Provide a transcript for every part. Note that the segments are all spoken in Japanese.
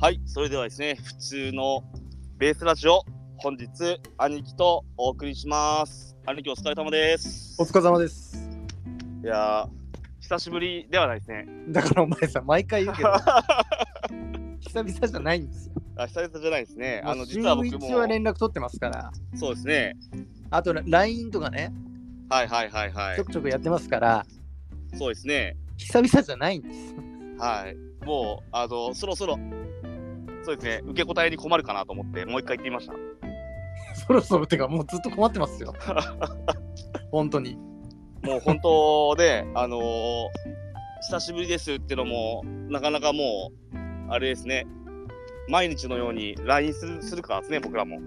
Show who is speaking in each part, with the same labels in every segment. Speaker 1: はい、それではですね、普通のベースラジオ、本日、兄貴とお送りします。兄貴、お疲れ様です。
Speaker 2: お疲れ様です。
Speaker 1: いやー、久しぶりではないですね。
Speaker 2: だからお前さ、毎回言うけど、 久々じゃないんですよ。
Speaker 1: あ久々じゃないですね。あの、
Speaker 2: 週
Speaker 1: 実は僕も
Speaker 2: 一、は連絡取ってますから、
Speaker 1: そうですね。
Speaker 2: あと LINE とかね、
Speaker 1: はいはいはいは
Speaker 2: ちょ
Speaker 1: い。
Speaker 2: くちょくやってますから、
Speaker 1: そうですね。
Speaker 2: 久々じゃないんです。
Speaker 1: はい。もう、あの、そろそろ、そうですね、受け答えに困るかなと思って、もう一回言ってみました。
Speaker 2: そろそろってか、もうずっと困って ますよ。本当に。
Speaker 1: もう本当で、あのー久しぶりですってのも、なかなかもう、あれですね、毎日のように LINE するするからですね、僕らも。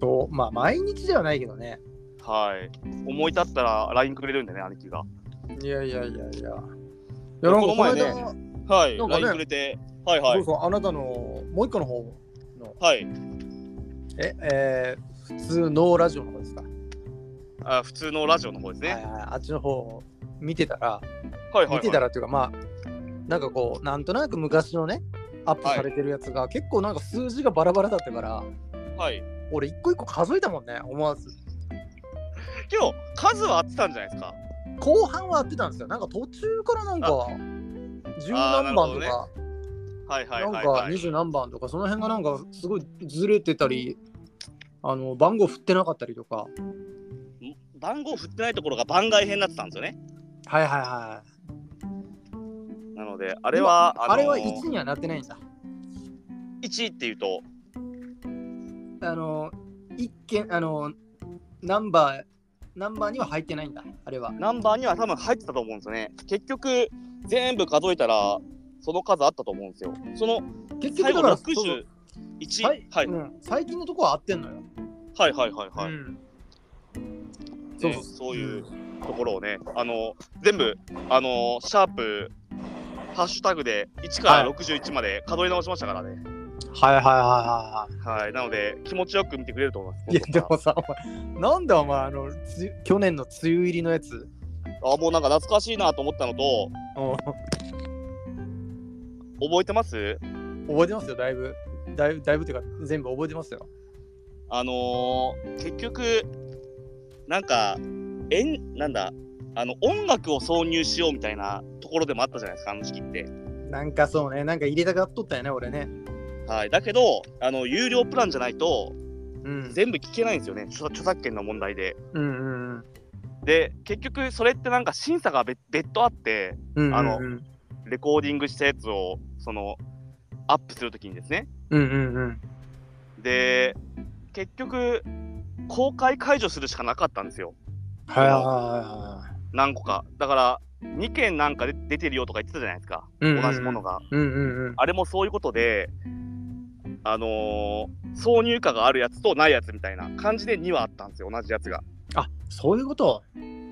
Speaker 2: と、まあ、毎日ではないけどね。
Speaker 1: はい。思い立ったら LINE くれるんでね、兄貴が。
Speaker 2: いやいやいやいや。いや、な
Speaker 1: この
Speaker 2: んかこの
Speaker 1: 前ね
Speaker 2: 間、
Speaker 1: はい、
Speaker 2: なんかね
Speaker 1: LINE くれて、はいは
Speaker 2: そう
Speaker 1: い。
Speaker 2: そう、あなたのもう一個の方の、
Speaker 1: はい
Speaker 2: え、えー普通のラジオの方ですか。
Speaker 1: あ。普通のラジオの方です
Speaker 2: はい
Speaker 1: ね。
Speaker 2: はいはいあっちの方を見てたら、
Speaker 1: はいはい、
Speaker 2: 見てた
Speaker 1: ら。
Speaker 2: らっていうかまあなんかこうなんとなく昔のねアップされてるやつが、結構なんか数字がバラバラだったから
Speaker 1: はい。
Speaker 2: 俺一個一個数えたもんね思わず
Speaker 1: 今日、数は合ってたんじゃないですか。
Speaker 2: 後半は合ってたんですよなんか途中からなんか十
Speaker 1: あー
Speaker 2: 何番とか
Speaker 1: はいはい
Speaker 2: なん
Speaker 1: はい、
Speaker 2: か
Speaker 1: はい
Speaker 2: 二十何番とかその辺がなんかすごいずれてたりあの番号振ってなかったりとか
Speaker 1: ん番号振ってないところが番外編になってたんですよね。
Speaker 2: はいはいはい
Speaker 1: なので、あれは、
Speaker 2: あれは
Speaker 1: のー
Speaker 2: 1にはなってないんだ
Speaker 1: 1っていうと、
Speaker 2: あの一件あのナンバーナンバーには入ってないんだあれは
Speaker 1: ナンバーには多分入ってたと思うんですよね。結局、全部数えたら、その数あったと思うんですよ。その
Speaker 2: 結局
Speaker 1: 最後
Speaker 2: だから
Speaker 1: 61、
Speaker 2: は
Speaker 1: はいい、はい、
Speaker 2: うん、最近のとこは合ってんのよ。
Speaker 1: はいはいはいはい、
Speaker 2: う
Speaker 1: ね
Speaker 2: ん
Speaker 1: そういうところをね、あの、全部、あの、シャープ、ハッシュタグで1か
Speaker 2: は
Speaker 1: ら61まで数え直しましたからね。
Speaker 2: はいはいはいは
Speaker 1: はい、なので、気持ちよく見てくれると思います。
Speaker 2: いはい。いやでもさ、お前、なんでお前、あの、つ去年の梅雨入りのやつ、
Speaker 1: あ、もうなんか懐かしいなと思ったのと、
Speaker 2: 覚
Speaker 1: 覚えてます
Speaker 2: えてますよ、だいぶ。だいぶ、だいぶっていうか、全部覚えてますよ。
Speaker 1: あのー結局なんかえんなんだあの音楽を挿入しようみたいなところでもあったじゃないですかあの時期って。
Speaker 2: なんかそうね、なんか入れたがっとったよね、俺ね。
Speaker 1: はい、だけどあの有料プランじゃないと
Speaker 2: うん。
Speaker 1: 全部聞けないんですよね著著作権の問題で。
Speaker 2: うんうんうん。
Speaker 1: で結局それってなんか審査が別別途あって
Speaker 2: うんうんうん
Speaker 1: あのレコーディングしたやつをそのアップするときにですね。
Speaker 2: うんうんうん。
Speaker 1: で結局公開解除するしかなかったんですよ。
Speaker 2: はいはいはいは
Speaker 1: 何個かだから2件なんかで出てるよとか言ってたじゃないですか、
Speaker 2: い。うんうん
Speaker 1: 同じもの。が
Speaker 2: うんうんうん。
Speaker 1: あれもそういうことであのー挿入歌があるやつとないやつみたいな感じで2はあったんですよ同じやつが
Speaker 2: あそういうこと。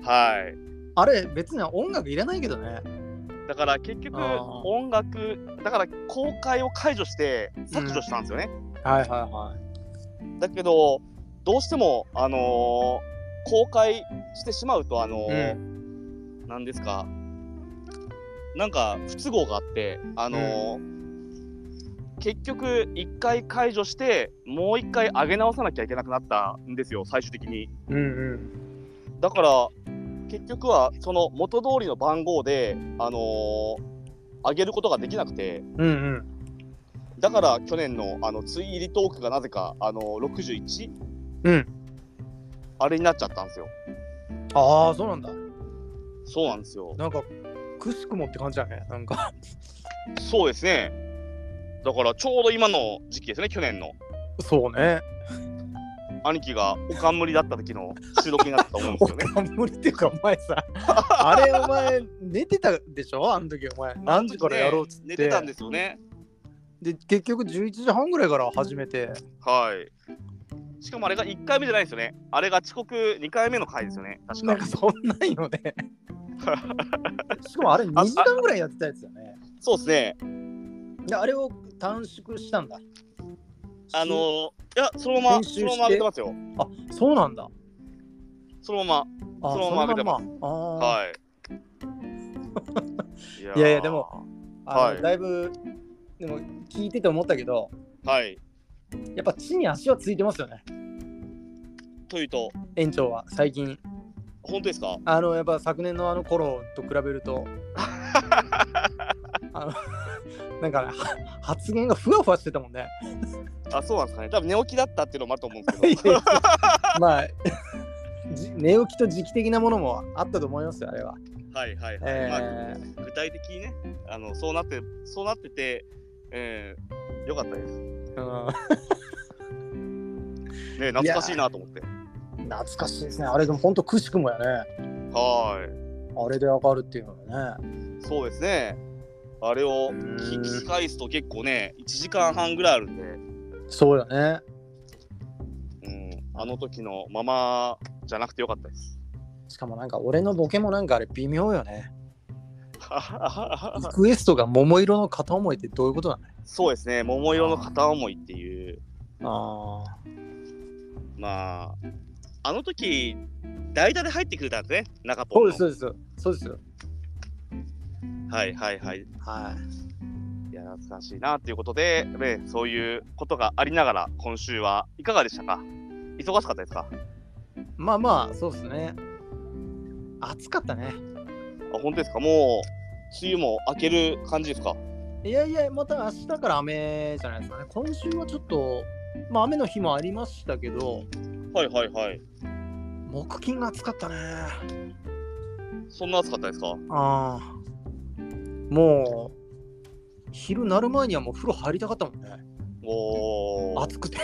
Speaker 1: はい
Speaker 2: あれ、別に音楽いらないけどね。
Speaker 1: だから結局
Speaker 2: あー
Speaker 1: 音楽だから公開を解除して削除したんですよね、
Speaker 2: はいはいはい。
Speaker 1: だけどどうしてもあのー公開してしまうとあのーなんですか、なんか不都合があって、あのー結局、1回解除して、もう1回上げ直さなきゃいけなくなったんですよ、最終的に。
Speaker 2: うんうん。
Speaker 1: だから、結局はその元通りの番号で、あのー上げることができなくて、
Speaker 2: うんうん。
Speaker 1: だから去年のあのつい入りトークがなぜか、あのー 61?
Speaker 2: うん
Speaker 1: あれになっちゃったんですよ。
Speaker 2: ああそうなんだ
Speaker 1: そうなんですよ。
Speaker 2: なんかくしくもって感じだねなんか
Speaker 1: そうですね。だからちょうど今の時期ですね、去年の。
Speaker 2: そうね
Speaker 1: 兄貴がおかんむりだった時の収録になったと思うんで
Speaker 2: お
Speaker 1: すよね。
Speaker 2: 冠っていうかお 前さあれお前寝てたでしょあの時お前何時からやろうっつって
Speaker 1: 寝てたんですよね。
Speaker 2: で結局11時半ぐらいから始めて
Speaker 1: はい。しかもあれが1回目じゃないですよね。あれが遅刻2回目の回ですよね。確
Speaker 2: なん
Speaker 1: か
Speaker 2: か。そんなん よねしかもあれ2時間ぐらいやってたやつだね
Speaker 1: そうですね。
Speaker 2: であれを短縮したんだ
Speaker 1: あのー、いや、そのまま、
Speaker 2: 編集
Speaker 1: そ
Speaker 2: して
Speaker 1: のまま上げてますよ。
Speaker 2: あそうなんだ
Speaker 1: そのま
Speaker 2: あ
Speaker 1: そのまま上げてます
Speaker 2: そのまんまあ
Speaker 1: ま。
Speaker 2: ー
Speaker 1: はい。い
Speaker 2: いやいやでもあの
Speaker 1: はい
Speaker 2: だいぶでも聞いてて思ったけど
Speaker 1: はい。
Speaker 2: やっぱ地に足はついてますよね
Speaker 1: というと、
Speaker 2: 園長は最近
Speaker 1: 本当ですか
Speaker 2: あのやっぱ昨年のあの頃と比べるとあのなんか、ね、は発言がふわふわしてたもんね
Speaker 1: あ、そうなんですかね。多分寝起きだったっていうのもあると思うんです
Speaker 2: い
Speaker 1: け
Speaker 2: やいやまあじ寝起きと時期的なものもあったと思いますよあれは、
Speaker 1: ど。はいはいはい。
Speaker 2: え
Speaker 1: ま
Speaker 2: ー
Speaker 1: あ、具体的にね、あの、そうなって、そうなってて、えー、よかったです。
Speaker 2: うん
Speaker 1: ね、懐かしいなと思って。
Speaker 2: 懐かしいですねあれでも本当くしくもやね
Speaker 1: は
Speaker 2: あれでわかるっていうのがね
Speaker 1: ーい。そうですね。あれをき
Speaker 2: うん
Speaker 1: 聞き返すと結構ね、1時間半ぐらいあるんで、
Speaker 2: そうよね
Speaker 1: うん、あの時のままじゃなくてよかったです。
Speaker 2: しかもなんか俺のボケもなんかあれ微妙よねリクエストが桃色の片思いってどういうことなの
Speaker 1: そうですね、桃色の片思いっていう。
Speaker 2: あ
Speaker 1: まあ、あの時代打で入ってくれたんですね、中ポ
Speaker 2: そ
Speaker 1: ンの
Speaker 2: うですそうですそうです
Speaker 1: はいはいはい。い
Speaker 2: はい
Speaker 1: や、懐かしいなということで、ね、そういうことがありながら、今週はいかがでしたか忙しかったですか
Speaker 2: まあまあ、そうですね。暑かったね。
Speaker 1: あ、本当ですかもう、梅雨も明ける感じですか
Speaker 2: いやいや、また明日から雨じゃないですかね。今週はちょっと、まあ雨の日もありましたけど、
Speaker 1: はいはいはい。
Speaker 2: 木金が暑かったね。
Speaker 1: そんな暑かったですか
Speaker 2: ああ。もう、昼なる前にはもう風呂入りたかったもんね。
Speaker 1: おー、
Speaker 2: 暑くて、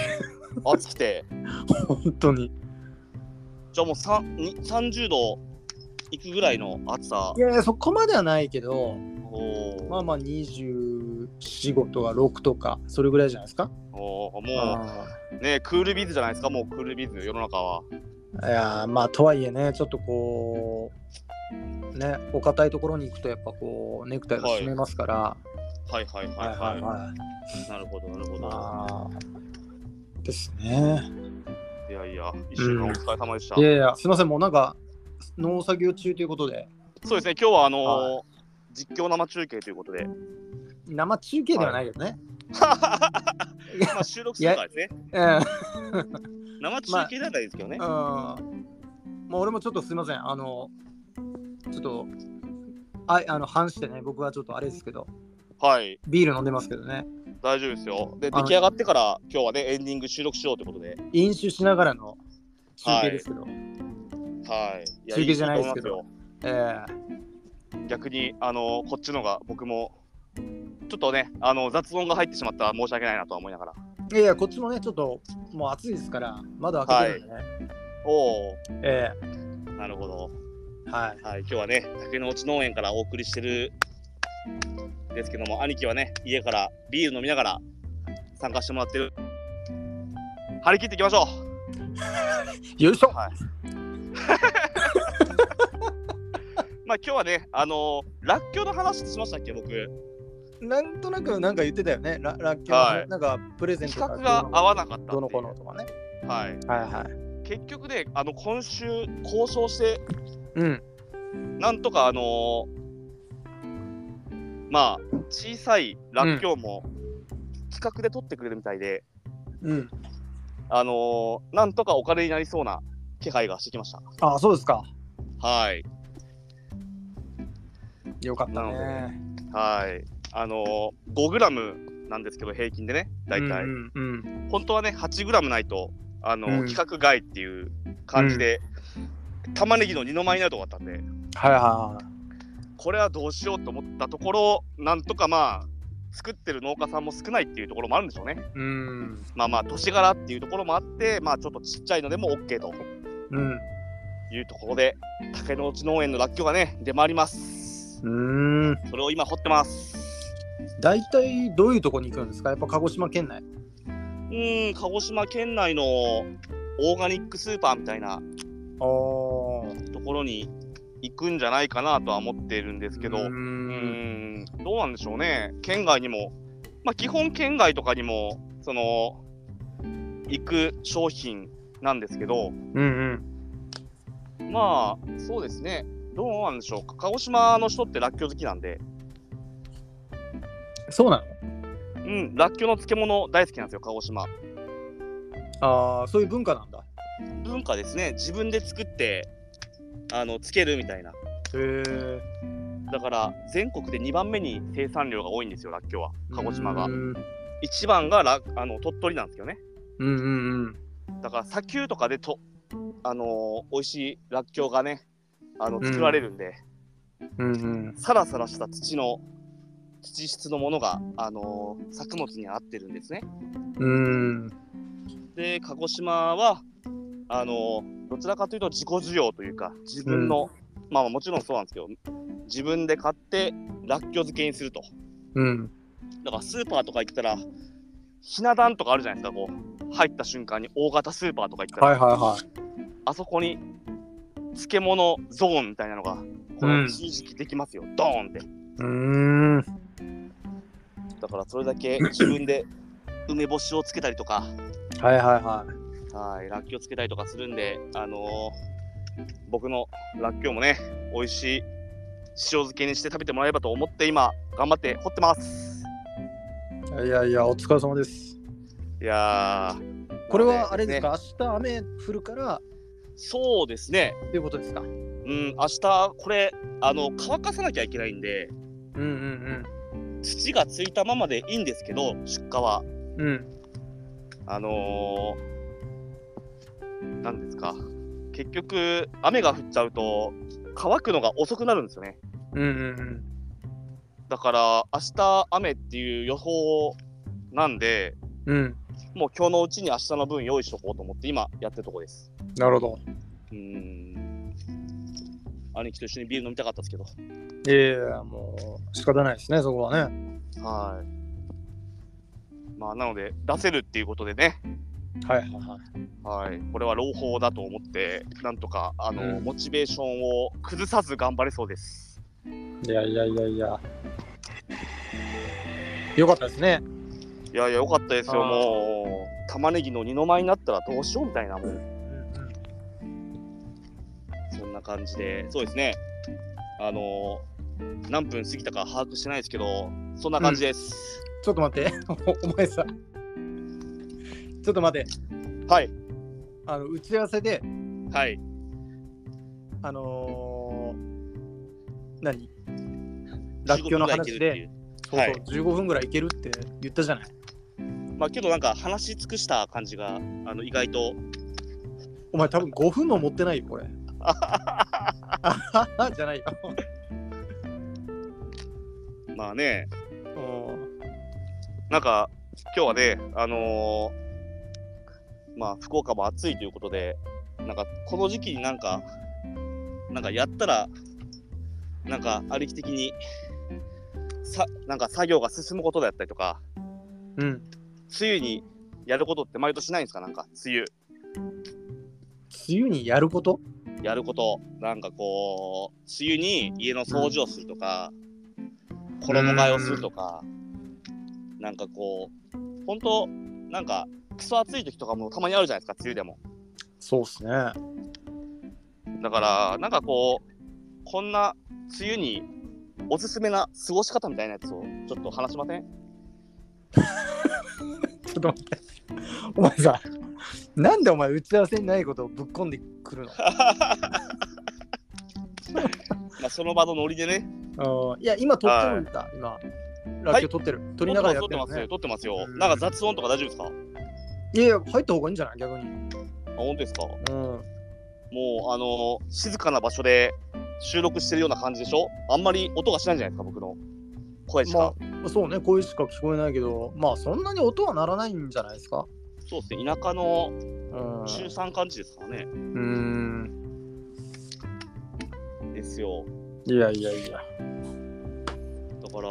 Speaker 1: 暑くて。
Speaker 2: 本当に。
Speaker 1: じゃあもう3に30度いくぐらいの暑さ
Speaker 2: い。やいや、そこまではないけど、
Speaker 1: おー、
Speaker 2: まあまあ24、5とか6とか、それぐらいじゃないですか。
Speaker 1: おーも
Speaker 2: あ
Speaker 1: うね、クールビズじゃないですかもうクールビズ、世の中は。
Speaker 2: いやーまあとはいえねちょっとこうねお堅いところに行くとやっぱこうネクタイが締めますから、
Speaker 1: はいはいはいはい。なるほどなるほど。
Speaker 2: まあですね
Speaker 1: いやいや、一週間お疲れ様でした。
Speaker 2: いやいやすいませんもうなんか農作業中ということで
Speaker 1: そうですね、今日はあのー
Speaker 2: は
Speaker 1: 実況生中継ということで、
Speaker 2: 生中継ではないけどね、
Speaker 1: まあ、収録するからですね。生中継じゃないですけどね。
Speaker 2: うんまあ俺もちょっとすいませんあのちょっとああの反してね僕はちょっとあれですけど
Speaker 1: はい、
Speaker 2: ビール飲んでますけどね
Speaker 1: 大丈夫ですよ。で、
Speaker 2: あの
Speaker 1: 出来上がってから、今日はね、エンディング収録しようということで。
Speaker 2: 飲酒しながらの中継ですけど、
Speaker 1: はい。や
Speaker 2: 中継じゃないですけど。
Speaker 1: と思いま
Speaker 2: えー
Speaker 1: すよ逆に、あのーこっちのが僕も。ちょっとね、あの雑音が入ってしまったら申し訳ないなとは思いながら。
Speaker 2: いやいや、こっちもね、ちょっともう暑いですから、窓開けてるんでね。
Speaker 1: おお、
Speaker 2: え
Speaker 1: なるほど。
Speaker 2: えはい。
Speaker 1: はい、今日はね、竹の内農園からお送りしてるですけども、兄貴はね、家からビール飲みながら参加してもらってる。張り切っていきましょう
Speaker 2: よいしょ
Speaker 1: はい。まあ今日はね、あのー、らっきょうの話しましたっけ、僕。
Speaker 2: なんとなくなんか言ってたよね。ララッキー、
Speaker 1: はい
Speaker 2: なんかプレゼン
Speaker 1: 企
Speaker 2: ト
Speaker 1: 画が合わなかったっていう
Speaker 2: どの子のとかね。
Speaker 1: はい。
Speaker 2: はいはい。
Speaker 1: 結局ね、あの、今週交渉して、
Speaker 2: うん。
Speaker 1: なんとかあのーまあ、小さいらっきょうも企画で取ってくれるみたいで、
Speaker 2: うん。
Speaker 1: あのーなんとかお金になりそうな気配がしてきました。
Speaker 2: あ、そうですか。
Speaker 1: はい。
Speaker 2: よかった
Speaker 1: な
Speaker 2: ね。
Speaker 1: のはい。あのー、5グラムなんですけど、平均でね、大体。
Speaker 2: うんうん、うん。
Speaker 1: 本当はね、8グラムないと、あのー
Speaker 2: うん
Speaker 1: 規格外っていう感じで、玉ねぎの二の舞になるとこだったんで、
Speaker 2: はいは
Speaker 1: これはどうしようと思ったところ、なんとかまあ、作ってる農家さんも少ないっていうところもあるんでしょうね。
Speaker 2: い。うん。
Speaker 1: まあまあ、年柄っていうところもあって、まあちょっとちっちゃいのでも OK というところで、竹の内農園のらっきょうがね、出回ります。
Speaker 2: うん。うん。
Speaker 1: それを今掘ってます。
Speaker 2: 大体どういうとこに行くんですかやっぱ鹿児島県内。
Speaker 1: うん、鹿児島県内のオーガニックスーパーみたいな
Speaker 2: おー。
Speaker 1: ところに行くんじゃないかなとは思ってるんですけど、
Speaker 2: う。
Speaker 1: うんん、どうなんでしょうね。県外にも、まあ基本県外とかにも、その、行く商品なんですけど、
Speaker 2: うんうん。
Speaker 1: まあ、そうですね。どうなんでしょうか。鹿児島の人ってらっきょう好きなんで、
Speaker 2: そうなの
Speaker 1: うん、らっきょうの漬物大好きなんですよ、鹿児島。
Speaker 2: ああ、そういう文化なんだ。
Speaker 1: 文化ですね、自分で作って、あの、漬けるみたいな。
Speaker 2: へえ。
Speaker 1: だから、全国で2番目に生産量が多いんですよ、らっきょうは、鹿児島が
Speaker 2: う。ん
Speaker 1: 1番がらあの鳥取なんですよね。
Speaker 2: うんうん
Speaker 1: だから、砂丘とかでと、あのー美味しいらっきょうがね、あの
Speaker 2: うん
Speaker 1: 作られるんで、
Speaker 2: うん。うんうん。
Speaker 1: サラサラした土の、土質のものが、あのー作物に合ってるんですね。
Speaker 2: うん。
Speaker 1: で鹿児島はあのどちらかというと自己需要というか自分の、まあまあもちろんそうなんですけど自分で買ってらっきょう漬けにすると
Speaker 2: うん。
Speaker 1: だからスーパーとか行ったらひな壇とかあるじゃないですかこう入った瞬間に大型スーパーとか行ったら、
Speaker 2: はいはいはい。
Speaker 1: あそこに漬物ゾーンみたいなのがこ
Speaker 2: う
Speaker 1: の
Speaker 2: ん
Speaker 1: 一時期できますよ、ドーンって
Speaker 2: うーん。
Speaker 1: だからそれだけ自分で梅干しをつけたりとか
Speaker 2: はいはいはい。
Speaker 1: はい、ラッキョウつけたりとかするんで、あのー僕のラッキョウもね、美味しい塩漬けにして食べてもらえればと思って今、頑張って掘ってます。
Speaker 2: いやいや、お疲れ様です。
Speaker 1: いやー
Speaker 2: これ
Speaker 1: なの
Speaker 2: はあれで
Speaker 1: ね
Speaker 2: すか、明日雨降るから
Speaker 1: そうですね。
Speaker 2: っていうことですか。うん
Speaker 1: うん、明日、これ、あの、乾かさなきゃいけないんで、
Speaker 2: うん
Speaker 1: 土がついたままでいいんですけど、出荷は。
Speaker 2: うん。うん。
Speaker 1: あのー、なんですか。結局、雨が降っちゃうと、乾くのが遅くなるんですよね。
Speaker 2: うんうん
Speaker 1: だから明日雨っていう予報なんで、
Speaker 2: うん。うん。
Speaker 1: もう今日のうちに明日の分用意しとこうと思って今やってるとこです。
Speaker 2: なるほど。
Speaker 1: うーん。兄貴と一緒にビール飲みたかったですけど。
Speaker 2: いやいや、もう仕方ないですね、そこはね。
Speaker 1: はい。まあなので出せるっていうことでね、
Speaker 2: はいはいはい。
Speaker 1: はい、これは朗報だと思って、なんとかあの、
Speaker 2: うん
Speaker 1: モチベーションを崩さず頑張れそうです。
Speaker 2: いやいやいやいや。よかったですね。
Speaker 1: いやいや、よかったですよ、
Speaker 2: あー
Speaker 1: もう。玉ねぎの二の舞になったらどうしようみたいな、もう。そんな感じで、そうですね、あのー何分過ぎたか把握してないですけど、そんな感じです。
Speaker 2: ちょっと待って、おお前さ。ちょっと待って、
Speaker 1: はい、
Speaker 2: あの打ち合わせで、
Speaker 1: はい、
Speaker 2: あのー、何らっきょうの話で、そうそう、
Speaker 1: はい
Speaker 2: 15分ぐらいいけるって言ったじゃない。
Speaker 1: まあ、けどなんか話し尽くした感じが、あの意外と、
Speaker 2: お前多分5分も持ってないよ、こ れ。あははじゃないよ。
Speaker 1: まあね、
Speaker 2: うん
Speaker 1: なんか、今日はね、あのーまあ、福岡も暑いということで、なんか、この時期になんか、なんかやったら、なんか、ありき的に、さ、なんか作業が進むことだったりとか、
Speaker 2: うん。
Speaker 1: 梅雨にやることって毎年ないんですかなんか梅雨
Speaker 2: 梅雨にやること
Speaker 1: やることなんかこう梅雨に家の掃除をするとか、衣替えをするとか、なんかこう本当なんかクソ暑い時とかもたまにあるじゃないですか梅雨でも
Speaker 2: そうっすね。
Speaker 1: だからなんかこうこんな梅雨におすすめな過ごし方みたいなやつをちょっと話しません
Speaker 2: ちょっと待って。お前さ、なんでお前打ち合わせにないことをぶっ込んでくる
Speaker 1: まあその場のノリでね
Speaker 2: の うんいや、今撮ってるんだ、今。ラッキョ撮ってる。撮りながらや
Speaker 1: 撮っ
Speaker 2: っ
Speaker 1: ててま
Speaker 2: るの
Speaker 1: すよ
Speaker 2: ね。
Speaker 1: 撮ってますよ、
Speaker 2: うん
Speaker 1: なんか雑音とか大丈夫ですかあ
Speaker 2: いやいや、入った方がいいんじゃない逆に。
Speaker 1: 本当ですか
Speaker 2: うん。
Speaker 1: もうあの静かな場所で収録してるような感じでしょあんまり音がしないんじゃないですか僕の声しか、
Speaker 2: まあ、そうね、声しか聞こえないけど、まあ、そんなに音は鳴らないんじゃないですか。
Speaker 1: そうですね田舎の
Speaker 2: うん。
Speaker 1: 中山間地ですからね、
Speaker 2: うん。
Speaker 1: ですよ
Speaker 2: いやいやいや。
Speaker 1: だから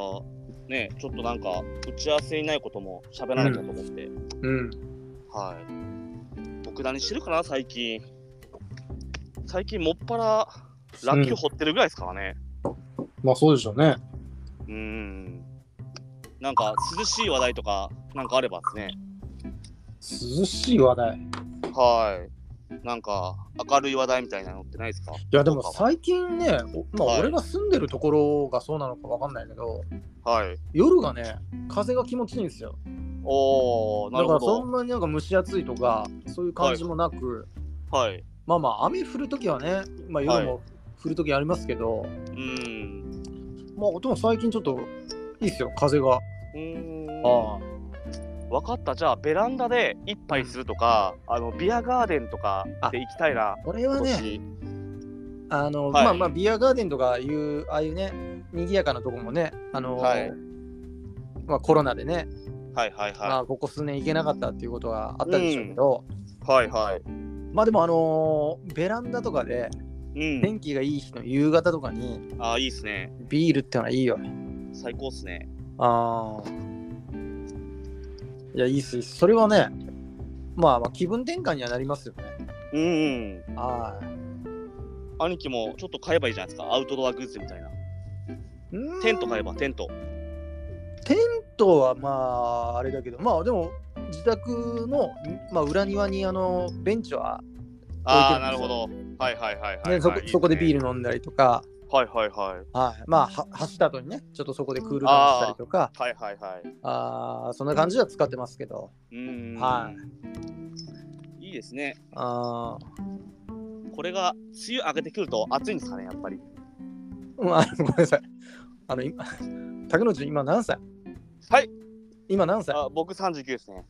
Speaker 1: ねちょっとなんか打ち合わせにないことも喋らなきゃと思って、
Speaker 2: うん。
Speaker 1: はい僕何してるかな最近最近もっぱらラッキョ掘ってるぐらいですからね
Speaker 2: まあ、そうでしょうね。
Speaker 1: うーんなんか涼しい話題とかなんかあればですね
Speaker 2: 涼しい話題。
Speaker 1: はい。なんか明るい話題みたいなのってないですか
Speaker 2: いやでも
Speaker 1: とか
Speaker 2: 最近ね、おま
Speaker 1: は
Speaker 2: あ、
Speaker 1: い
Speaker 2: 俺が住んでるところがそうなのかわかんないけど、
Speaker 1: はい。
Speaker 2: 夜がね風が気持ちいいんですよ
Speaker 1: おー、な
Speaker 2: だ
Speaker 1: る
Speaker 2: か
Speaker 1: ほ
Speaker 2: らそ
Speaker 1: ど
Speaker 2: ん。なになんか蒸し暑いとかそういう感じもなく、
Speaker 1: はい。
Speaker 2: まあまあ雨降るときはね、まあ、夜も降るときありますけど、
Speaker 1: うん。
Speaker 2: まあでも最近ちょっといいですよ風が、
Speaker 1: うーん。
Speaker 2: ああ
Speaker 1: 分かったじゃあベランダで一杯するとかあのビアガーデンとかで行きたいな
Speaker 2: これは
Speaker 1: 今
Speaker 2: ね
Speaker 1: 年
Speaker 2: あの、
Speaker 1: はい
Speaker 2: まあまあビアガーデンとかいうああいうね賑やかなとこもねあの、
Speaker 1: はい
Speaker 2: まあ、コロナでね、
Speaker 1: はいはい
Speaker 2: ま
Speaker 1: は
Speaker 2: あ、ここ数年行けなかったっていうことはあったでしょうけど、
Speaker 1: いはいはい
Speaker 2: まあでもあのーベランダとかで
Speaker 1: うん
Speaker 2: 天気がいい日の夕方とかに
Speaker 1: あーいいっすね
Speaker 2: ビールってのはいいよ
Speaker 1: 最高っすね
Speaker 2: ああ。いや、いいっす。いいっすそれはね、まあ、まあ、気分転換にはなりますよね。
Speaker 1: うんうん
Speaker 2: はい。
Speaker 1: 兄貴もちょっと買えばいいじゃないですかアウトドアグッズみたいな
Speaker 2: うーん
Speaker 1: テント買えばテント
Speaker 2: テントはまあ、あれだけど、まあ、でも、自宅の、まあ、裏庭に、あの、ベンチは、
Speaker 1: ああなるほどはいはいはいはい
Speaker 2: ねそこそこでビ
Speaker 1: ル
Speaker 2: ール飲んだりとか、
Speaker 1: はいはいはい
Speaker 2: はい。まあ、は走った後にね、ちょっとそこでクールダウンしたりとか、
Speaker 1: はいはいはい
Speaker 2: ああそんな感じでは使ってますけど、
Speaker 1: うん
Speaker 2: はい
Speaker 1: いいですね
Speaker 2: あー
Speaker 1: これが梅雨明けてくると暑いんですかねやっぱり
Speaker 2: うんあのごめんなさい。あの、今、竹野内、今何歳
Speaker 1: はい
Speaker 2: 今何歳
Speaker 1: あ僕39ですね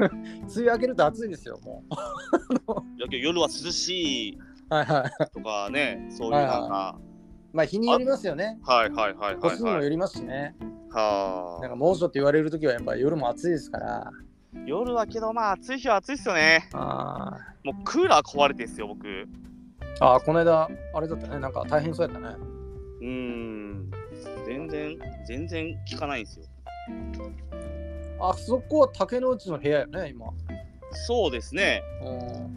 Speaker 2: 梅雨明けると暑いですよ、もう。
Speaker 1: いやけど夜は涼しい
Speaker 2: はいはい。
Speaker 1: とかね、そういう
Speaker 2: はい
Speaker 1: なんか、
Speaker 2: まあ日によりますよね。
Speaker 1: はいはいはい
Speaker 2: 個
Speaker 1: はい
Speaker 2: 数にも
Speaker 1: はい。
Speaker 2: よりますしね。
Speaker 1: は
Speaker 2: な
Speaker 1: あ
Speaker 2: んか猛暑って言われるときはやっぱ夜も暑いですから。
Speaker 1: 夜はけど、まあ暑い日は暑いっすよね。
Speaker 2: あ
Speaker 1: もうクーラー壊れてっすよ、僕。う
Speaker 2: ーあー、この間、あれだったね。なんか大変そうやったね。
Speaker 1: ーん。全然、全然効かないんですよ。
Speaker 2: あそこは竹の内の部屋よね、今。
Speaker 1: そうですね。
Speaker 2: うん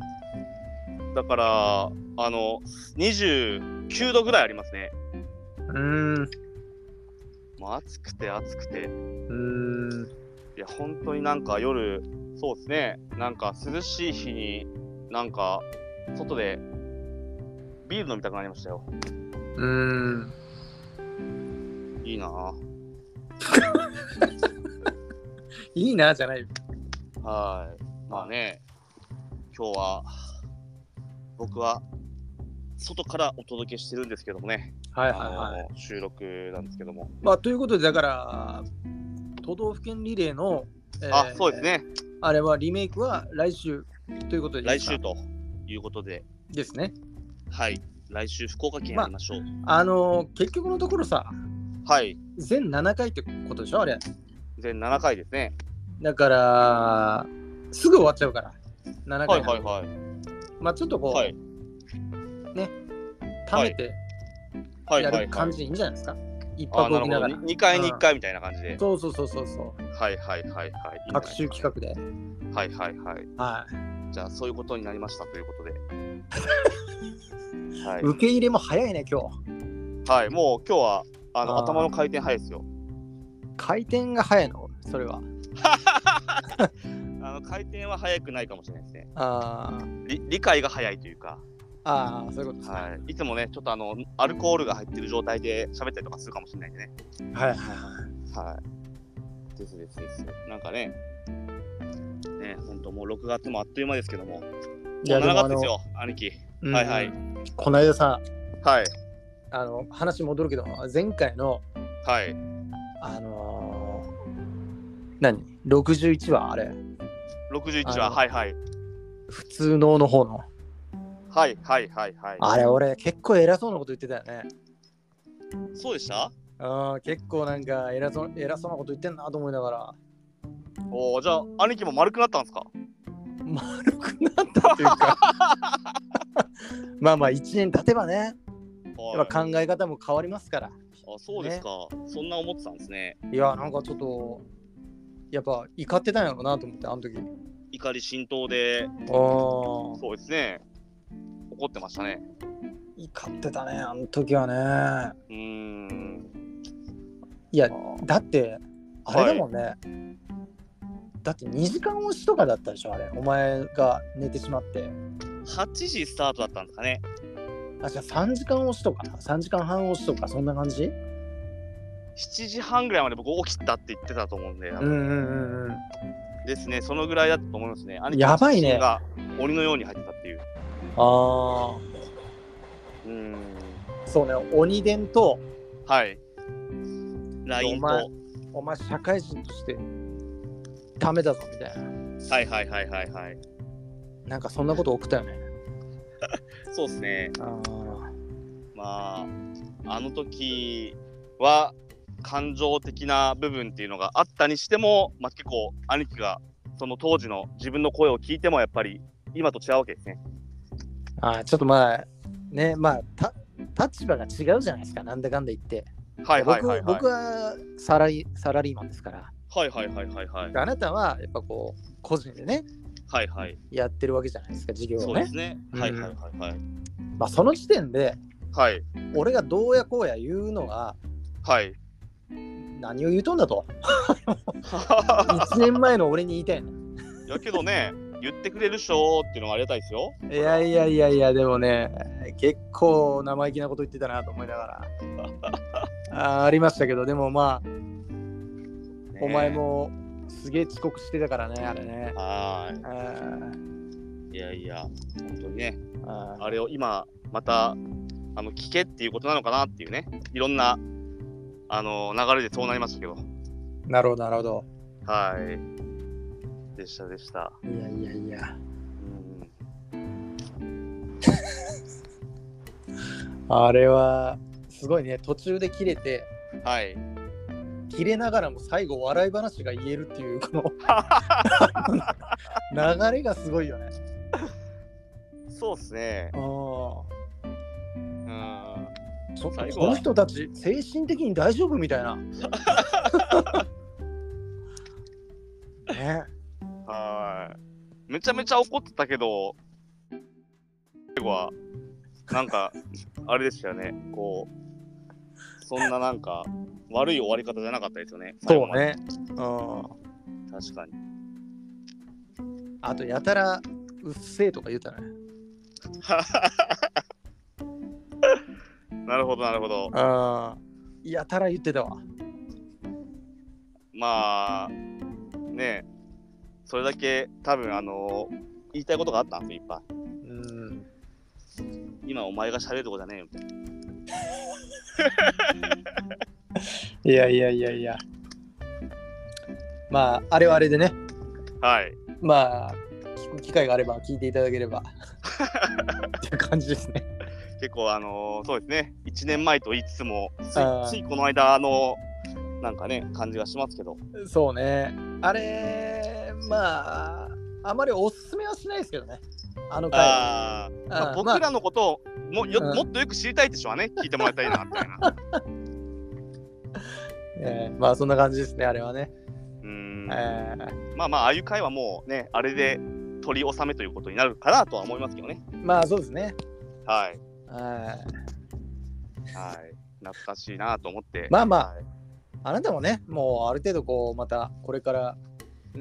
Speaker 1: だから、あの、29度ぐらいありますね。
Speaker 2: う
Speaker 1: もう暑くて暑くて。
Speaker 2: ーん。うーん。
Speaker 1: いや、本当になんか夜、そうですね。なんか涼しい日に、なんか、外で、ビール飲みたくなりましたよ。
Speaker 2: うーん。
Speaker 1: いいなぁ。
Speaker 2: いいな、じゃないよ。
Speaker 1: はい。まあね、今日は、僕は、外からお届けしてるんですけどもね、
Speaker 2: はいはい
Speaker 1: あ
Speaker 2: はい。
Speaker 1: の収録なんですけども。
Speaker 2: まあということで、だから、都道府県リレーの、えー
Speaker 1: あ、そうです。ね。
Speaker 2: あれはリメイクは来週ということでいい
Speaker 1: 来
Speaker 2: ですか
Speaker 1: 週ということで、
Speaker 2: ですね。
Speaker 1: はい。来週、福岡県やりましょう。
Speaker 2: あのー結局のところさ、
Speaker 1: はい。
Speaker 2: 全7回ってことでしょあれ
Speaker 1: 全7回ですね。
Speaker 2: だからすぐ終わっちゃうから7回、
Speaker 1: はいはいはい。
Speaker 2: まあちょっとこう、
Speaker 1: はい。
Speaker 2: 貯めて
Speaker 1: はい
Speaker 2: や
Speaker 1: はいは
Speaker 2: る
Speaker 1: い。
Speaker 2: 感じでいいんじゃないですか、一
Speaker 1: あ、
Speaker 2: 泊
Speaker 1: なるほ
Speaker 2: 置きな
Speaker 1: ど。
Speaker 2: がら
Speaker 1: 2回に1回みたいな感じで。
Speaker 2: そうそうそうそうそう
Speaker 1: はいはいはいはい。
Speaker 2: 各種企画で
Speaker 1: 画。はいはいはい。
Speaker 2: は
Speaker 1: じゃあ、そういうことになりましたということで。はい
Speaker 2: い、受け入れも早いね今日
Speaker 1: はい、もう今日はあの
Speaker 2: あー
Speaker 1: 頭の回転早いですよ。
Speaker 2: 回転が早いのそれは
Speaker 1: あの回転は早くないかもしれないですね。
Speaker 2: あー
Speaker 1: り理解が早いというか、
Speaker 2: あーそういうことですね
Speaker 1: はい、いつもね、ちょっとあのアルコールが入ってる状態で喋ったりとかするかもしれないんでね。
Speaker 2: はいはいはい
Speaker 1: はい。ですですです。なんかね、ね、本当もう6月もあっという間ですけども、もう
Speaker 2: いやで
Speaker 1: 7
Speaker 2: もあ
Speaker 1: 月で
Speaker 2: の
Speaker 1: すよ、兄貴。
Speaker 2: うん
Speaker 1: はいはい
Speaker 2: この間さ
Speaker 1: はい、
Speaker 2: あの話戻るけど前回の
Speaker 1: はい。
Speaker 2: あのー、何61話あれ
Speaker 1: 61話、
Speaker 2: あの
Speaker 1: はいはい。
Speaker 2: 普通のの方の
Speaker 1: はいはいはいはい。
Speaker 2: あれ俺結構偉そうなこと言ってたよね
Speaker 1: そうでした
Speaker 2: うん結構なんか偉そう偉そうなこと言ってんなと思いながら
Speaker 1: おーじゃあ、兄貴も丸くなったんですか
Speaker 2: 丸くなったっていうかまあまあ1年経てばねや
Speaker 1: は
Speaker 2: っぱ考え方も変わりますから
Speaker 1: い、あそうですか、そんな思ってたんですね。
Speaker 2: いやなんかちょっとやっぱ怒ってたんやろうなと思ってあの時
Speaker 1: 怒り浸透で、
Speaker 2: あ
Speaker 1: そうですね。怒ってましたね。
Speaker 2: 怒ってたねあの時はね
Speaker 1: うーん。
Speaker 2: いや
Speaker 1: あー
Speaker 2: だってあれだもんね、だって2時間押しとかだったでしょあれお前が寝てしまって
Speaker 1: 8時スタートだったんですかね。
Speaker 2: あじゃあ3時間押しとか3時間半押しとかそんな感じ
Speaker 1: 7時半ぐらいまで僕起きたって言ってたと思うんで、
Speaker 2: うんうんうんうん
Speaker 1: ですね、そのぐらいだったと思いますね。兄貴
Speaker 2: やばいね
Speaker 1: の写真が鬼のように入ってたっていう。
Speaker 2: あ
Speaker 1: うん。
Speaker 2: あそうね鬼伝と
Speaker 1: はい。LINE と。
Speaker 2: 前お前社会人としてダメだぞみたいな
Speaker 1: はいはいはいはいはい。
Speaker 2: なんかそんなこと送ったよね
Speaker 1: そうですね。
Speaker 2: あ
Speaker 1: まあ、あの時は感情的な部分っていうのがあったにしても、まあ、結構兄貴がその当時の自分の声を聞いてもやっぱり今と違うわけですね。
Speaker 2: ーあーちょっとまあねまあた立場が違うじゃないですかなんだかんだ言って、
Speaker 1: はいはいはい
Speaker 2: 僕
Speaker 1: はい。
Speaker 2: 僕はサラリサラリーマンですから
Speaker 1: はいはいはいはいはい。
Speaker 2: あなたはやっぱこう個人でね
Speaker 1: はいはい。
Speaker 2: やってるわけじゃないですか事業
Speaker 1: そ
Speaker 2: を
Speaker 1: うで
Speaker 2: ね
Speaker 1: すね。
Speaker 2: うん
Speaker 1: はいはいはいはい。
Speaker 2: まあその時点で
Speaker 1: はい
Speaker 2: 俺がどうやこうや言うのは
Speaker 1: はい。
Speaker 2: 何を言うとん だと1年前の俺に言いたいの
Speaker 1: やけどね、言ってくれるっしょーっていうのはありがたいですよ。
Speaker 2: いやいやいやいや、でもね、結構生意気なこと言ってたなと思いながら。あーありましたけど、でもまあ、
Speaker 1: ね
Speaker 2: お前。もすげえ遅刻してたからね、あれね。
Speaker 1: はー
Speaker 2: あー
Speaker 1: い。いやいや、本当にね、
Speaker 2: あー
Speaker 1: あれを今、また、あの、聞けっていうことなのかなっていうね、いろんな、あの、流れでそうなりましたけど。
Speaker 2: なるほど、なるほど。
Speaker 1: はい。でしたでした。
Speaker 2: いやいやいや。
Speaker 1: うん
Speaker 2: あれは、すごいね、途中で切れて、
Speaker 1: はい。
Speaker 2: 切れながらも最後、笑い話が言えるっていう、この流れがすごいよね。
Speaker 1: そうですね
Speaker 2: あ。ー
Speaker 1: うん。
Speaker 2: ちょっと
Speaker 1: 最後は
Speaker 2: この人たち、精神的に大丈夫みたい な。ね。
Speaker 1: はい。めちゃめちゃ怒ってたけど、最後は、なんか、あれでしたよね。こう、そんななんか、悪い終わり方じゃなかったですよね。最
Speaker 2: そ
Speaker 1: 後
Speaker 2: う
Speaker 1: まで。
Speaker 2: ね。うん。
Speaker 1: 確かに。
Speaker 2: あと、やたら、うっせえとか言うたね。
Speaker 1: なるほど、なるほど。
Speaker 2: うん。やたら言ってたわ。
Speaker 1: まあ、ねえ、それだけ多分、あの言いたいことがあったんですよ、いっぱい。
Speaker 2: うん。
Speaker 1: 今、お前が喋るとこじゃねえよ、みたいな。
Speaker 2: いやいやいやいや。まあ、あれはあれでね、
Speaker 1: はい。
Speaker 2: まあ、聞く機会があれば聞いていただけれ ば。っていう感じですね。
Speaker 1: 結構、あのそうですね、1年前と言いつつも、つ
Speaker 2: あー
Speaker 1: いついこの間、あのなんかね、感じがしますけど。
Speaker 2: そうね。あれ、まあ、あまりおすすめはしないですけどね。あの回は。
Speaker 1: あーまあ、
Speaker 2: うん
Speaker 1: 僕らのことをもよ、
Speaker 2: うん
Speaker 1: もっとよく知りたいって人はね、聞いてもらいたいなみたいな。
Speaker 2: えーまあそんな感じですね、あれはね。
Speaker 1: うーん
Speaker 2: え
Speaker 1: まあまあ、ああいう会はもうね、あれで取り納めということになるかなとは思いますけどね。
Speaker 2: ーまあそうですね。
Speaker 1: はい。
Speaker 2: あー
Speaker 1: はい。懐かしいなと思って。
Speaker 2: まあまあ
Speaker 1: はい
Speaker 2: あなたもね、もうある程度こう、またこれから、
Speaker 1: はい。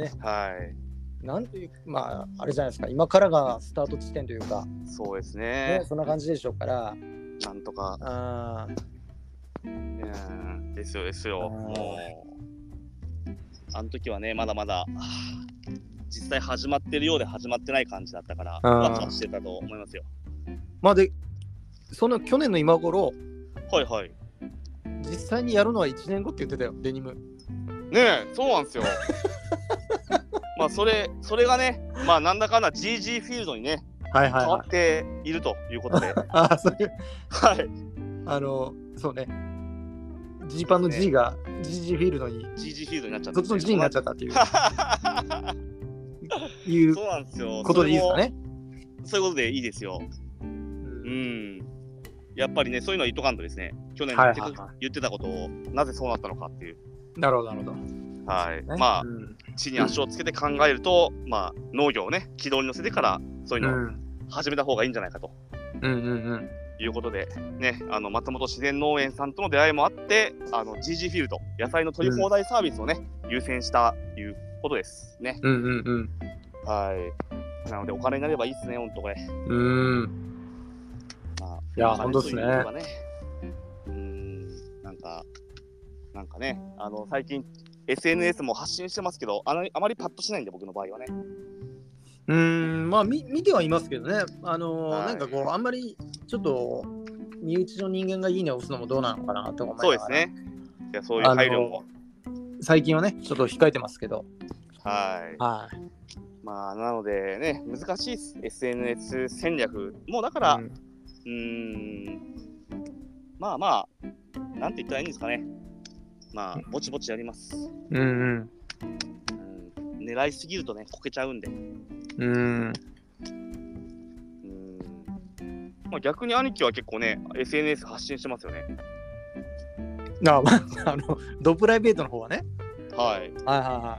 Speaker 2: なんという、まああれじゃないですか、今からがスタート地点というか、
Speaker 1: そうです
Speaker 2: ね
Speaker 1: ね。
Speaker 2: そんな感じでしょうから、
Speaker 1: なんとか。
Speaker 2: あ
Speaker 1: う
Speaker 2: ー
Speaker 1: ーん。ですよ、ですよ。
Speaker 2: うん
Speaker 1: もう。あの時はね、まだまだ、はあ実際始まってるようで始まってない感じだったから、
Speaker 2: うん
Speaker 1: ワクワクしてたと思いますよ。
Speaker 2: まあで、その去年の今頃、
Speaker 1: はいはい。
Speaker 2: 実際にやるのは1年後って言ってたよ、デニム。
Speaker 1: ねえそうなん ですよまあそれそれがねまあなんだかんだ GG フィールドにね
Speaker 2: はいは
Speaker 1: 変わっ。ているということで
Speaker 2: ああ、そういう、
Speaker 1: はい
Speaker 2: あの、そうね。ジーパンの G が GG フィールド
Speaker 1: GG
Speaker 2: に、
Speaker 1: フィールドになっちゃった
Speaker 2: そっちの G になっちゃったっていう、い う
Speaker 1: そうなんですよ
Speaker 2: ことでいいですかね。
Speaker 1: それもそういうことでいいですよ
Speaker 2: うん
Speaker 1: うんやっぱりねそういうのは言っとかんとですね去年
Speaker 2: は
Speaker 1: 言
Speaker 2: い
Speaker 1: って,、
Speaker 2: はいはい
Speaker 1: 言ってたことをなぜそうなったのかっていう
Speaker 2: なるほど、なるほど。
Speaker 1: はい、
Speaker 2: ね
Speaker 1: まあ
Speaker 2: うん
Speaker 1: 地に足をつけて考えると、まあ農業をね軌道に乗せてからそういううのを
Speaker 2: ん
Speaker 1: 始めた方がいいんじゃないかと
Speaker 2: うんうんうん
Speaker 1: いうことで、ね、あの松本自然農園さんとの出会いもあって、あの GG フィールド、野菜の取り放題サービスをね、優先したということですね。
Speaker 2: うんうん
Speaker 1: はい。なので、お金になればいいですね、ほんとこれ。
Speaker 2: うん。うん。
Speaker 1: まあ
Speaker 2: いや
Speaker 1: お金
Speaker 2: 本当っすね
Speaker 1: というかねうーん、なんか、なんかね、あの最近、SNS も発信してますけどあの、あまりパッとしないんで、僕の場合はね。
Speaker 2: うん、まあみ見てはいますけどね、あのー
Speaker 1: はい
Speaker 2: なんかこう、あんまりちょっと身内の人間がいいねを押すのもどうなのかなとか思いながら
Speaker 1: そうです。ね。じゃあそういう配慮も。
Speaker 2: 最近はね、ちょっと控えてますけど、
Speaker 1: はい。
Speaker 2: はい。
Speaker 1: まあ、なのでね、難しいです、SNS 戦略。もうだから、
Speaker 2: う
Speaker 1: うんーん、まあまあ、なんて言ったらいいんですかね。まあ、ぼちぼちやります。
Speaker 2: うん
Speaker 1: うん、狙いすぎるとね、こけちゃうんで。
Speaker 2: うん。うん。
Speaker 1: うんまあ、逆に兄貴は結構ね、SNS 発信してますよね。
Speaker 2: あ、まあ、あの、ドプライベートの方はね。
Speaker 1: はい。
Speaker 2: はいはいはい。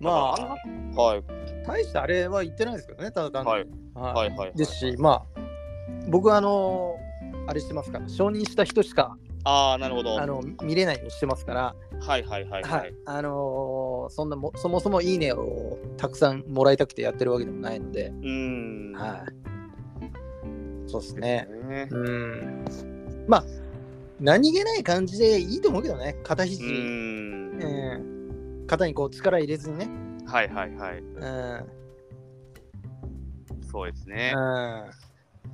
Speaker 2: まあ、
Speaker 1: あ、はい、
Speaker 2: 大してあれは言ってないですけどね、ただ単に。
Speaker 1: はい、
Speaker 2: はい
Speaker 1: はい、はい。
Speaker 2: ですし、まあ、僕はあのーあれしてますから、承認した人しか
Speaker 1: ああ、なるほど。
Speaker 2: あ
Speaker 1: はい、
Speaker 2: の見れないようにしてますから、
Speaker 1: はい、はい、はい。
Speaker 2: はいあのーそんなもそもそもいいねをたくさんもらいたくてやってるわけでもないので、
Speaker 1: うーん。
Speaker 2: はい、そうですね。
Speaker 1: ね
Speaker 2: うん、まあ、何気ない感じでいいと思うけどね、肩
Speaker 1: う
Speaker 2: 肘、
Speaker 1: ーん。
Speaker 2: うん肩にこう力入れずにね。
Speaker 1: はい、はい、はい。
Speaker 2: うん
Speaker 1: そうですね。
Speaker 2: うん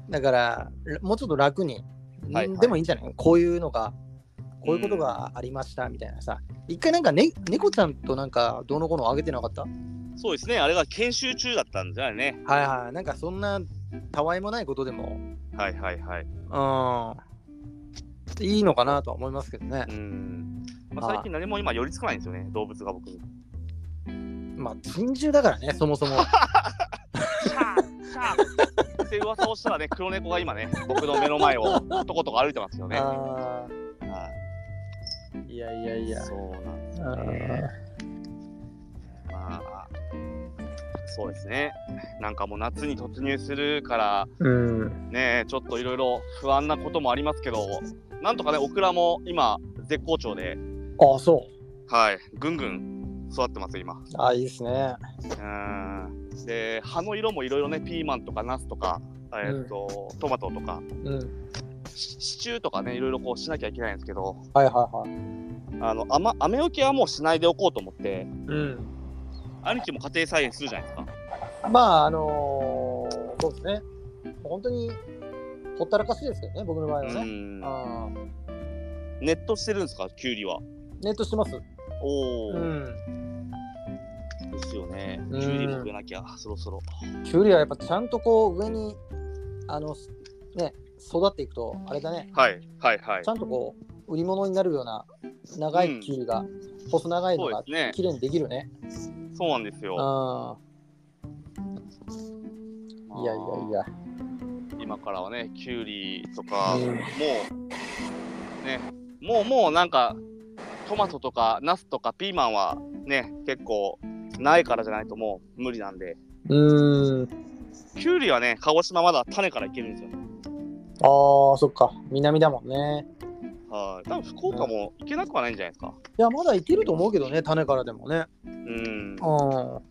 Speaker 2: だかららもうちょっと楽に、
Speaker 1: はいはい
Speaker 2: でもいいんじゃないこういうのがこういうことがありましたみたいなさ、一回なんか、ね、猫ちゃんとなんかどうのこうのあげてなかったはい
Speaker 1: そうですね。あれが研修中だったんじゃないね。
Speaker 2: はいなんかそんなたわいもないことでも
Speaker 1: はい、はい、はい。
Speaker 2: うんいいのかなとは思いますけどね
Speaker 1: う、ん。まあ、
Speaker 2: はい
Speaker 1: 最近何も今寄りつかないんですよね、動物が僕 に。
Speaker 2: まあ珍獣だからねそも そも
Speaker 1: シャーシャーって噂をしたらね、黒猫が今ね、僕の目の前をとことこ歩いてますよね。は
Speaker 2: あーいやいや
Speaker 1: い
Speaker 2: いや
Speaker 1: そうなんです
Speaker 2: う
Speaker 1: よね
Speaker 2: ん。
Speaker 1: まあ、そうですね。なんかもう夏に突入するから、
Speaker 2: うん
Speaker 1: ね、ちょっといろいろ不安なこともありますけど、なんとかね、オクラも今、絶好調で、
Speaker 2: ああそう
Speaker 1: はい、ぐんぐん育ってますよ、今。
Speaker 2: ああいいですね
Speaker 1: うん。で、葉の色もいろいろね、ピーマンとかナスとか、えっと、トマトとか、
Speaker 2: うん
Speaker 1: シシチューとかね、いろいろこうしなきゃいけないんですけど、
Speaker 2: はいはいはい
Speaker 1: あの、雨、雨よけはもうしないでおこうと思って、
Speaker 2: うん
Speaker 1: 兄貴も家庭菜園するじゃないですか。
Speaker 2: まあ、あのーそうですね。本当に、ほったらかしですけどね、僕の場合は
Speaker 1: う
Speaker 2: ね。
Speaker 1: ん。
Speaker 2: あー
Speaker 1: ネットしてるんですか、キュウリは。
Speaker 2: ネットしてます。
Speaker 1: おお。
Speaker 2: うん。
Speaker 1: ですよね。
Speaker 2: うん
Speaker 1: キュウリも植えなきゃ、そろそろ。
Speaker 2: キュウリはやっぱちゃんとこう、上に、あの、すね、育っていくと、あれだね、
Speaker 1: はい、はい、はい
Speaker 2: ち。ゃんとこう、売り物になるような、長いキュウリが、細長いの
Speaker 1: そう
Speaker 2: が
Speaker 1: で、すね。
Speaker 2: 綺麗にできるね。
Speaker 1: そうなんです
Speaker 2: う
Speaker 1: よ。
Speaker 2: ん。いやいやいや。
Speaker 1: 今からはね、キュウリとか、
Speaker 2: うん
Speaker 1: もう、ね、もうもうなんか、トマトとか、ナスとか、ピーマンはね、結構、苗からじゃないともう無理なんで、
Speaker 2: うーん。
Speaker 1: キュウリはね、鹿児島まだ種からいけるんですよ。
Speaker 2: あー、そっか。南だもんね。
Speaker 1: はい。多分福岡も行けなくはないんじゃないですか。
Speaker 2: いや、まだいけると思うけどね、種からでもね。
Speaker 1: うん。
Speaker 2: うん。
Speaker 1: ま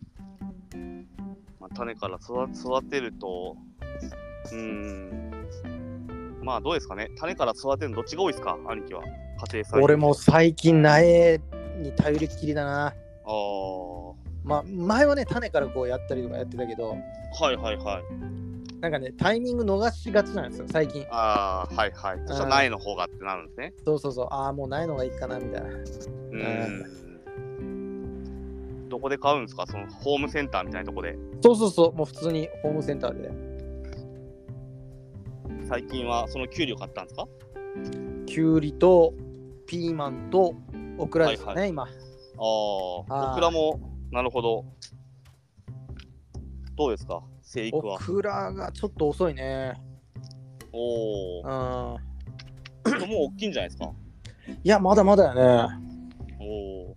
Speaker 1: あ、種から育育てると、うん。まあどうですかね。種から育てるのどっちが多いですか、兄貴は。家庭菜園。
Speaker 2: 俺も最近苗に頼りっきりだな。
Speaker 1: ああ。
Speaker 2: まあ、前はね、種からこうやったりとかやってたけど、
Speaker 1: はいはいはい。
Speaker 2: なんかね、タイミング逃しがちなんですよ、最近。
Speaker 1: ああ、はいはい。そしたら苗の方がってなるんですね。
Speaker 2: そうそうそう、ああ、もうないのがいいかな、みたいな。
Speaker 1: うん。どこで買うんですかそのホームセンターみたいなとこで。
Speaker 2: そうそうそう、もう普通にホームセンターで。
Speaker 1: 最近はそのキュウリを買ったんですか
Speaker 2: きゅうりとピーマンとオクラですかね、
Speaker 1: はい
Speaker 2: 今。
Speaker 1: ああ。
Speaker 2: はい
Speaker 1: オクラも、なるほど。どうですか生育
Speaker 2: オ
Speaker 1: は。
Speaker 2: クラがちょっと遅いね。
Speaker 1: おお
Speaker 2: う。 ん。
Speaker 1: でももう大きいんじゃないですか
Speaker 2: いや、まだまだよね。
Speaker 1: おお。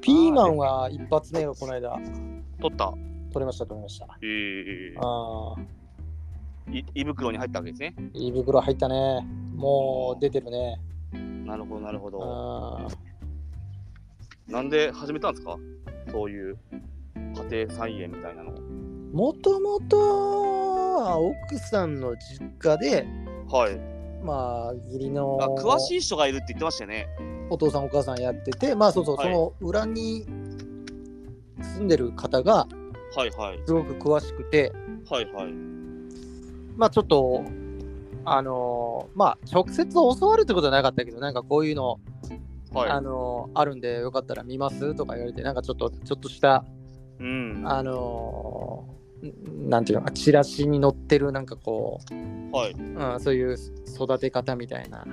Speaker 2: ピーマンは一発目がこの間、
Speaker 1: 取った。
Speaker 2: 取れました、取れました。
Speaker 1: ええ
Speaker 2: ああ。
Speaker 1: い胃袋に入ったわけですね。
Speaker 2: 胃袋入ったね。もう出てるね。
Speaker 1: なるほど、なるほ
Speaker 2: う
Speaker 1: ど。
Speaker 2: ん。
Speaker 1: なんで始めたんですかそういう家庭菜園みたいなの。
Speaker 2: もともとは奥さんの実家で、
Speaker 1: はい。
Speaker 2: まあ、義理の
Speaker 1: あ詳しい人がいるって言ってましたよね。
Speaker 2: お父さんお母さんやってて、まあそうそう、
Speaker 1: はい
Speaker 2: その裏に住んでる方が
Speaker 1: はいはい。
Speaker 2: すごく詳しくて、
Speaker 1: はいはい。
Speaker 2: まあちょっと、あのーまあ直接教わるってことはなかったけど、なんかこういうの、あ
Speaker 1: はい。
Speaker 2: のーあるんでよかったら見ますとか言われて、なんかちょっと、ちょっとした、
Speaker 1: うん。は
Speaker 2: あのーんなんていうのかチラシに載ってるなんかこ
Speaker 1: い。
Speaker 2: う、うん、そういう育て方みたいな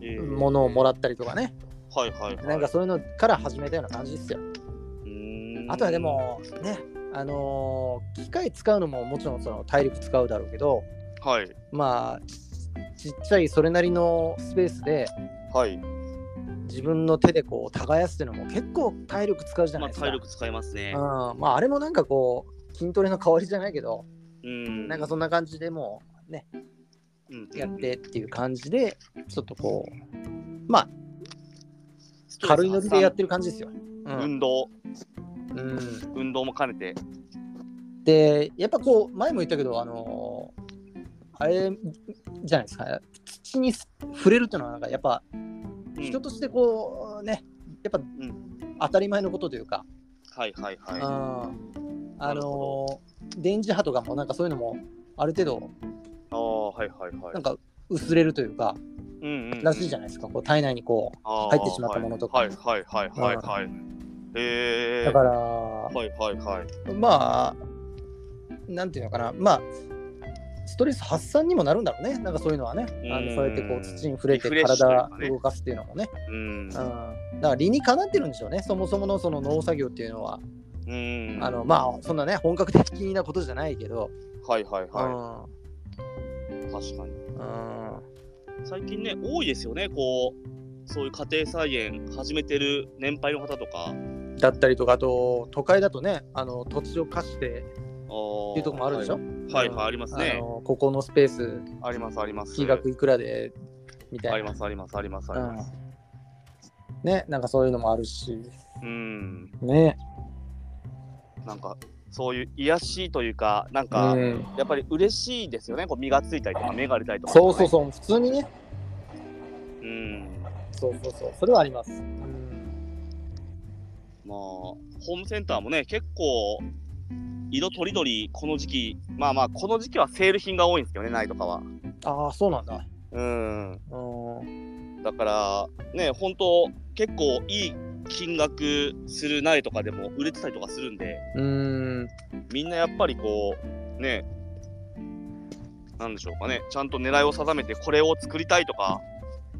Speaker 1: えー
Speaker 2: ものをもらったりとかね、
Speaker 1: はいはいはい。
Speaker 2: なんかそういうのから始めたような感じですよ
Speaker 1: うーん
Speaker 2: あとはで、もね、あのー機械使うのももちろんその体力使うだろうけど、
Speaker 1: はい。
Speaker 2: まあ、ちちっちゃいそれなりのスペースで
Speaker 1: はい。
Speaker 2: 自分の手でこう耕すっていうのも結構体力使うじゃな
Speaker 1: ま
Speaker 2: い
Speaker 1: あ、
Speaker 2: ですか。
Speaker 1: 体力使いますね。
Speaker 2: うんまあ、あれもなんかこう筋トレの代わりじゃないけど、
Speaker 1: うん。
Speaker 2: なんかそんな感じでも
Speaker 1: うん、
Speaker 2: うやってっていう感じでちょっとこうまあ軽いノリでやってる感じですよ。うん
Speaker 1: 運動、
Speaker 2: うん、
Speaker 1: 運動も兼ねて。
Speaker 2: でやっぱこう前も言ったけどあのーあれじゃないですか土に触れるっていうのはなんかやっぱ
Speaker 1: うん
Speaker 2: 人としてこうねやっぱ
Speaker 1: うん。
Speaker 2: 当たり前のことというか、
Speaker 1: はいはいはい。
Speaker 2: うんあ
Speaker 1: なる
Speaker 2: の
Speaker 1: ほ
Speaker 2: ー電磁波とかもなんかそういうのもある程度
Speaker 1: ああ、はいはいはい。
Speaker 2: なんか薄れるというか、
Speaker 1: うんうん、
Speaker 2: らしいじゃないですかこう体内にこ
Speaker 1: あー
Speaker 2: 入ってしまったものとか
Speaker 1: はいはいはいはいはい。
Speaker 2: う
Speaker 1: えー、、
Speaker 2: だからら、
Speaker 1: はいはいはい。
Speaker 2: まあなんていうのかなまあストレス発散にもなるんだろうねなんかそういうのはねあ
Speaker 1: う
Speaker 2: の
Speaker 1: ん
Speaker 2: そうやってこう土に触れて
Speaker 1: リフレッシュという
Speaker 2: 体
Speaker 1: かね
Speaker 2: 動かすっていうのもね
Speaker 1: うん。
Speaker 2: うん、だから理にかなってるんでしょうねそもそものその農作業っていうのは、
Speaker 1: うん。
Speaker 2: あのまあそんなね本格的なことじゃないけど、
Speaker 1: はいはいはい。確かに。
Speaker 2: うんうん
Speaker 1: 最近ね、多いですよね、こう、そういう家庭菜園始めてる年配の方とか。
Speaker 2: だったりとかあと都会だとねあの土地を貸して
Speaker 1: っ
Speaker 2: っていうとこもあるでしょ、
Speaker 1: はいはい、あります
Speaker 2: あ
Speaker 1: ね。
Speaker 2: のここのスペース
Speaker 1: ありますあります。
Speaker 2: 金額いくらでみたいな
Speaker 1: ありますありますありますあります。
Speaker 2: うん、ねなんかそういうのもあるし
Speaker 1: うん。
Speaker 2: ね
Speaker 1: なんか、そういう癒しというか、なん
Speaker 2: う
Speaker 1: か、
Speaker 2: ん
Speaker 1: やっぱり嬉しいですよね、こう身がついたりとか、目が出たりとか、
Speaker 2: そうそうそう普通にね
Speaker 1: う。うん。
Speaker 2: そうそうそうそれはあります、うん、
Speaker 1: まあ、ホームセンターもね、結構、色とりどり、この時期、まあまあ、この時期はセール品が多いんですけどね、ないとかは。
Speaker 2: ああそうなんだ
Speaker 1: うん。
Speaker 2: うん
Speaker 1: だから、ね、本当結構いい金額する苗とかでも売れてたりとかするんで、
Speaker 2: うん
Speaker 1: みんなやっぱりこう、ね、なんでしょうかね、ちゃんと狙いを定めて、これを作りたいとか、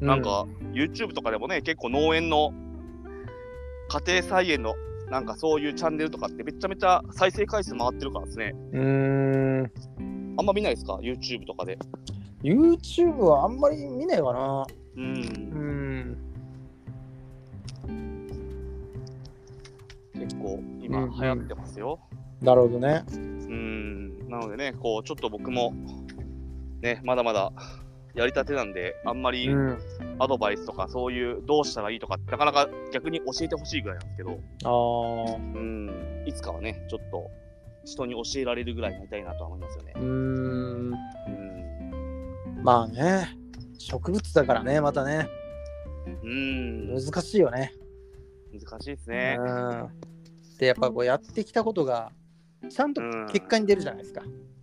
Speaker 1: なんか、YouTube とかでもね、結構農園の家庭菜園のなんかそういうチャンネルとかってめちゃめちゃ再生回数回ってるからですね。
Speaker 2: うーん
Speaker 1: あんま見ないですか ?YouTube とかで。
Speaker 2: YouTube はあんまり見ないかな
Speaker 1: う。
Speaker 2: うんん
Speaker 1: 結構今
Speaker 2: うん
Speaker 1: 流行ってますよ。
Speaker 2: なるほどね
Speaker 1: うん。なのでね、こう、ちょっと僕も、ね、まだまだやりたてなんで、あんまり
Speaker 2: うん
Speaker 1: アドバイスとかそういうどうしたらいいとかってなかなか逆に教えてほしいぐらいなんですけど、
Speaker 2: あー
Speaker 1: うん。いつかはね、ちょっと人に教えられるぐらいになりたいなとは思いますよね
Speaker 2: う。ー
Speaker 1: う
Speaker 2: ん
Speaker 1: ん。
Speaker 2: まあね植物だからねまたね
Speaker 1: うん、難
Speaker 2: 難しいよね
Speaker 1: しいですね。
Speaker 2: うん、でやっぱこうやってきたことがちゃんと
Speaker 1: うん
Speaker 2: 結果に出るじゃないですか、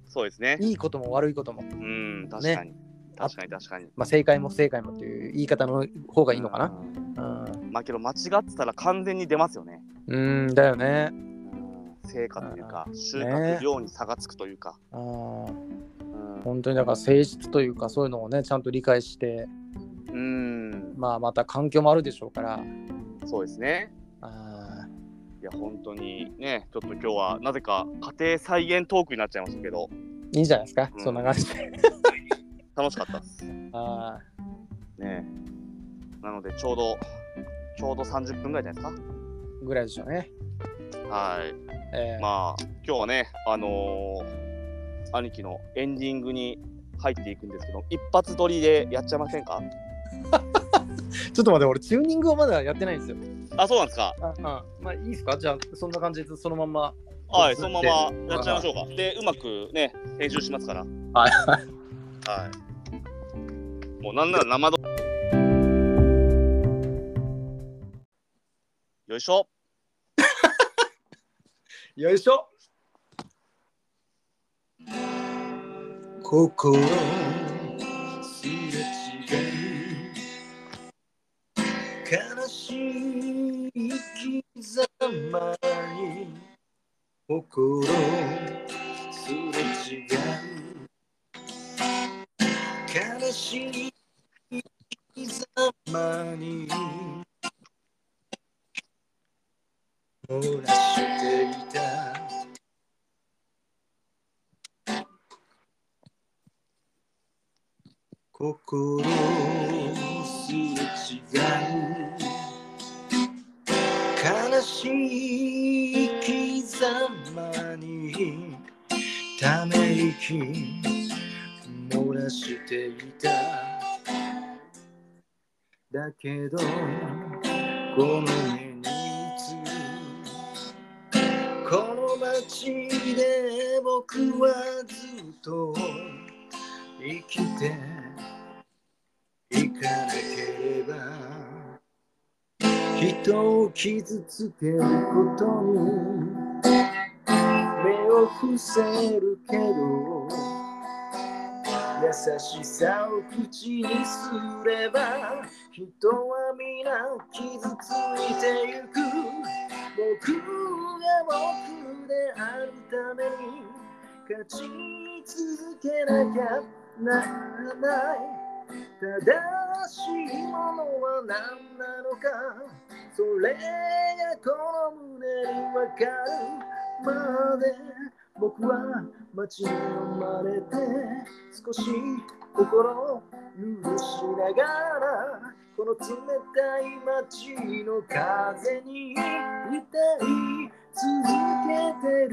Speaker 1: そうですね。
Speaker 2: いいことも悪いことも、
Speaker 1: うん、確かに。
Speaker 2: あ
Speaker 1: 確かに確かに。
Speaker 2: まあ、正解も不正解もっていう言い方の方がいいのかなうん、
Speaker 1: うん。まあけど間違ってたら完全に出ますよね。
Speaker 2: うんだよね
Speaker 1: うん、成果というか、収
Speaker 2: ね
Speaker 1: 穫量に差がつくというか。
Speaker 2: うん
Speaker 1: うん
Speaker 2: 本当にだから性質というかそういうのをねちゃんと理解して
Speaker 1: うん、
Speaker 2: まあまた環境もあるでしょうから
Speaker 1: そうですね。
Speaker 2: あ
Speaker 1: いや、本当にね、ちょっと今日はなぜか家庭菜園トークになっちゃいましたけど、
Speaker 2: ーいいんじゃないですか、
Speaker 1: うん
Speaker 2: そんな感じで
Speaker 1: 楽しかったです。ね
Speaker 2: あ
Speaker 1: なので、ちょうど、ちょうど30分ぐらいじゃないで
Speaker 2: ーぐらいでしょうね、
Speaker 1: すか。はい。
Speaker 2: えー
Speaker 1: まあ今日はね、あのー兄貴のエンディングに入っていくんですけど、一発撮りでやっちゃいませんか
Speaker 3: ちょっと待って、俺、チューニングをまだやってないんですよ。
Speaker 1: あ、そうなんですか。
Speaker 3: ああまあ、いいですかじゃあ、そんな感じで、そのまんま。
Speaker 1: はい、そのままやっちゃいましょうか。で、うまくね、編集しますから。
Speaker 3: はい。
Speaker 1: はい。もうなんなら生ど。よいしょ。
Speaker 3: よいしょ心すれ違う悲しい生き様に心すれ違う悲しい生き様に漏らしていた心すれ違う悲しい生き様にため息漏らしていただけどこの目に映るこの街で僕はずっと生きていかなければ人を傷つけることに目を伏せるけど優しさを口にすれば人は皆傷ついてゆく僕が僕であるために勝ち続けなきゃならない正しいものは何なのかそれがこの胸にわかるまで僕は街に生まれて少し心を許しながらこの冷たい街の風に歌い続けてる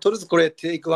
Speaker 3: とりあえずこれテイク1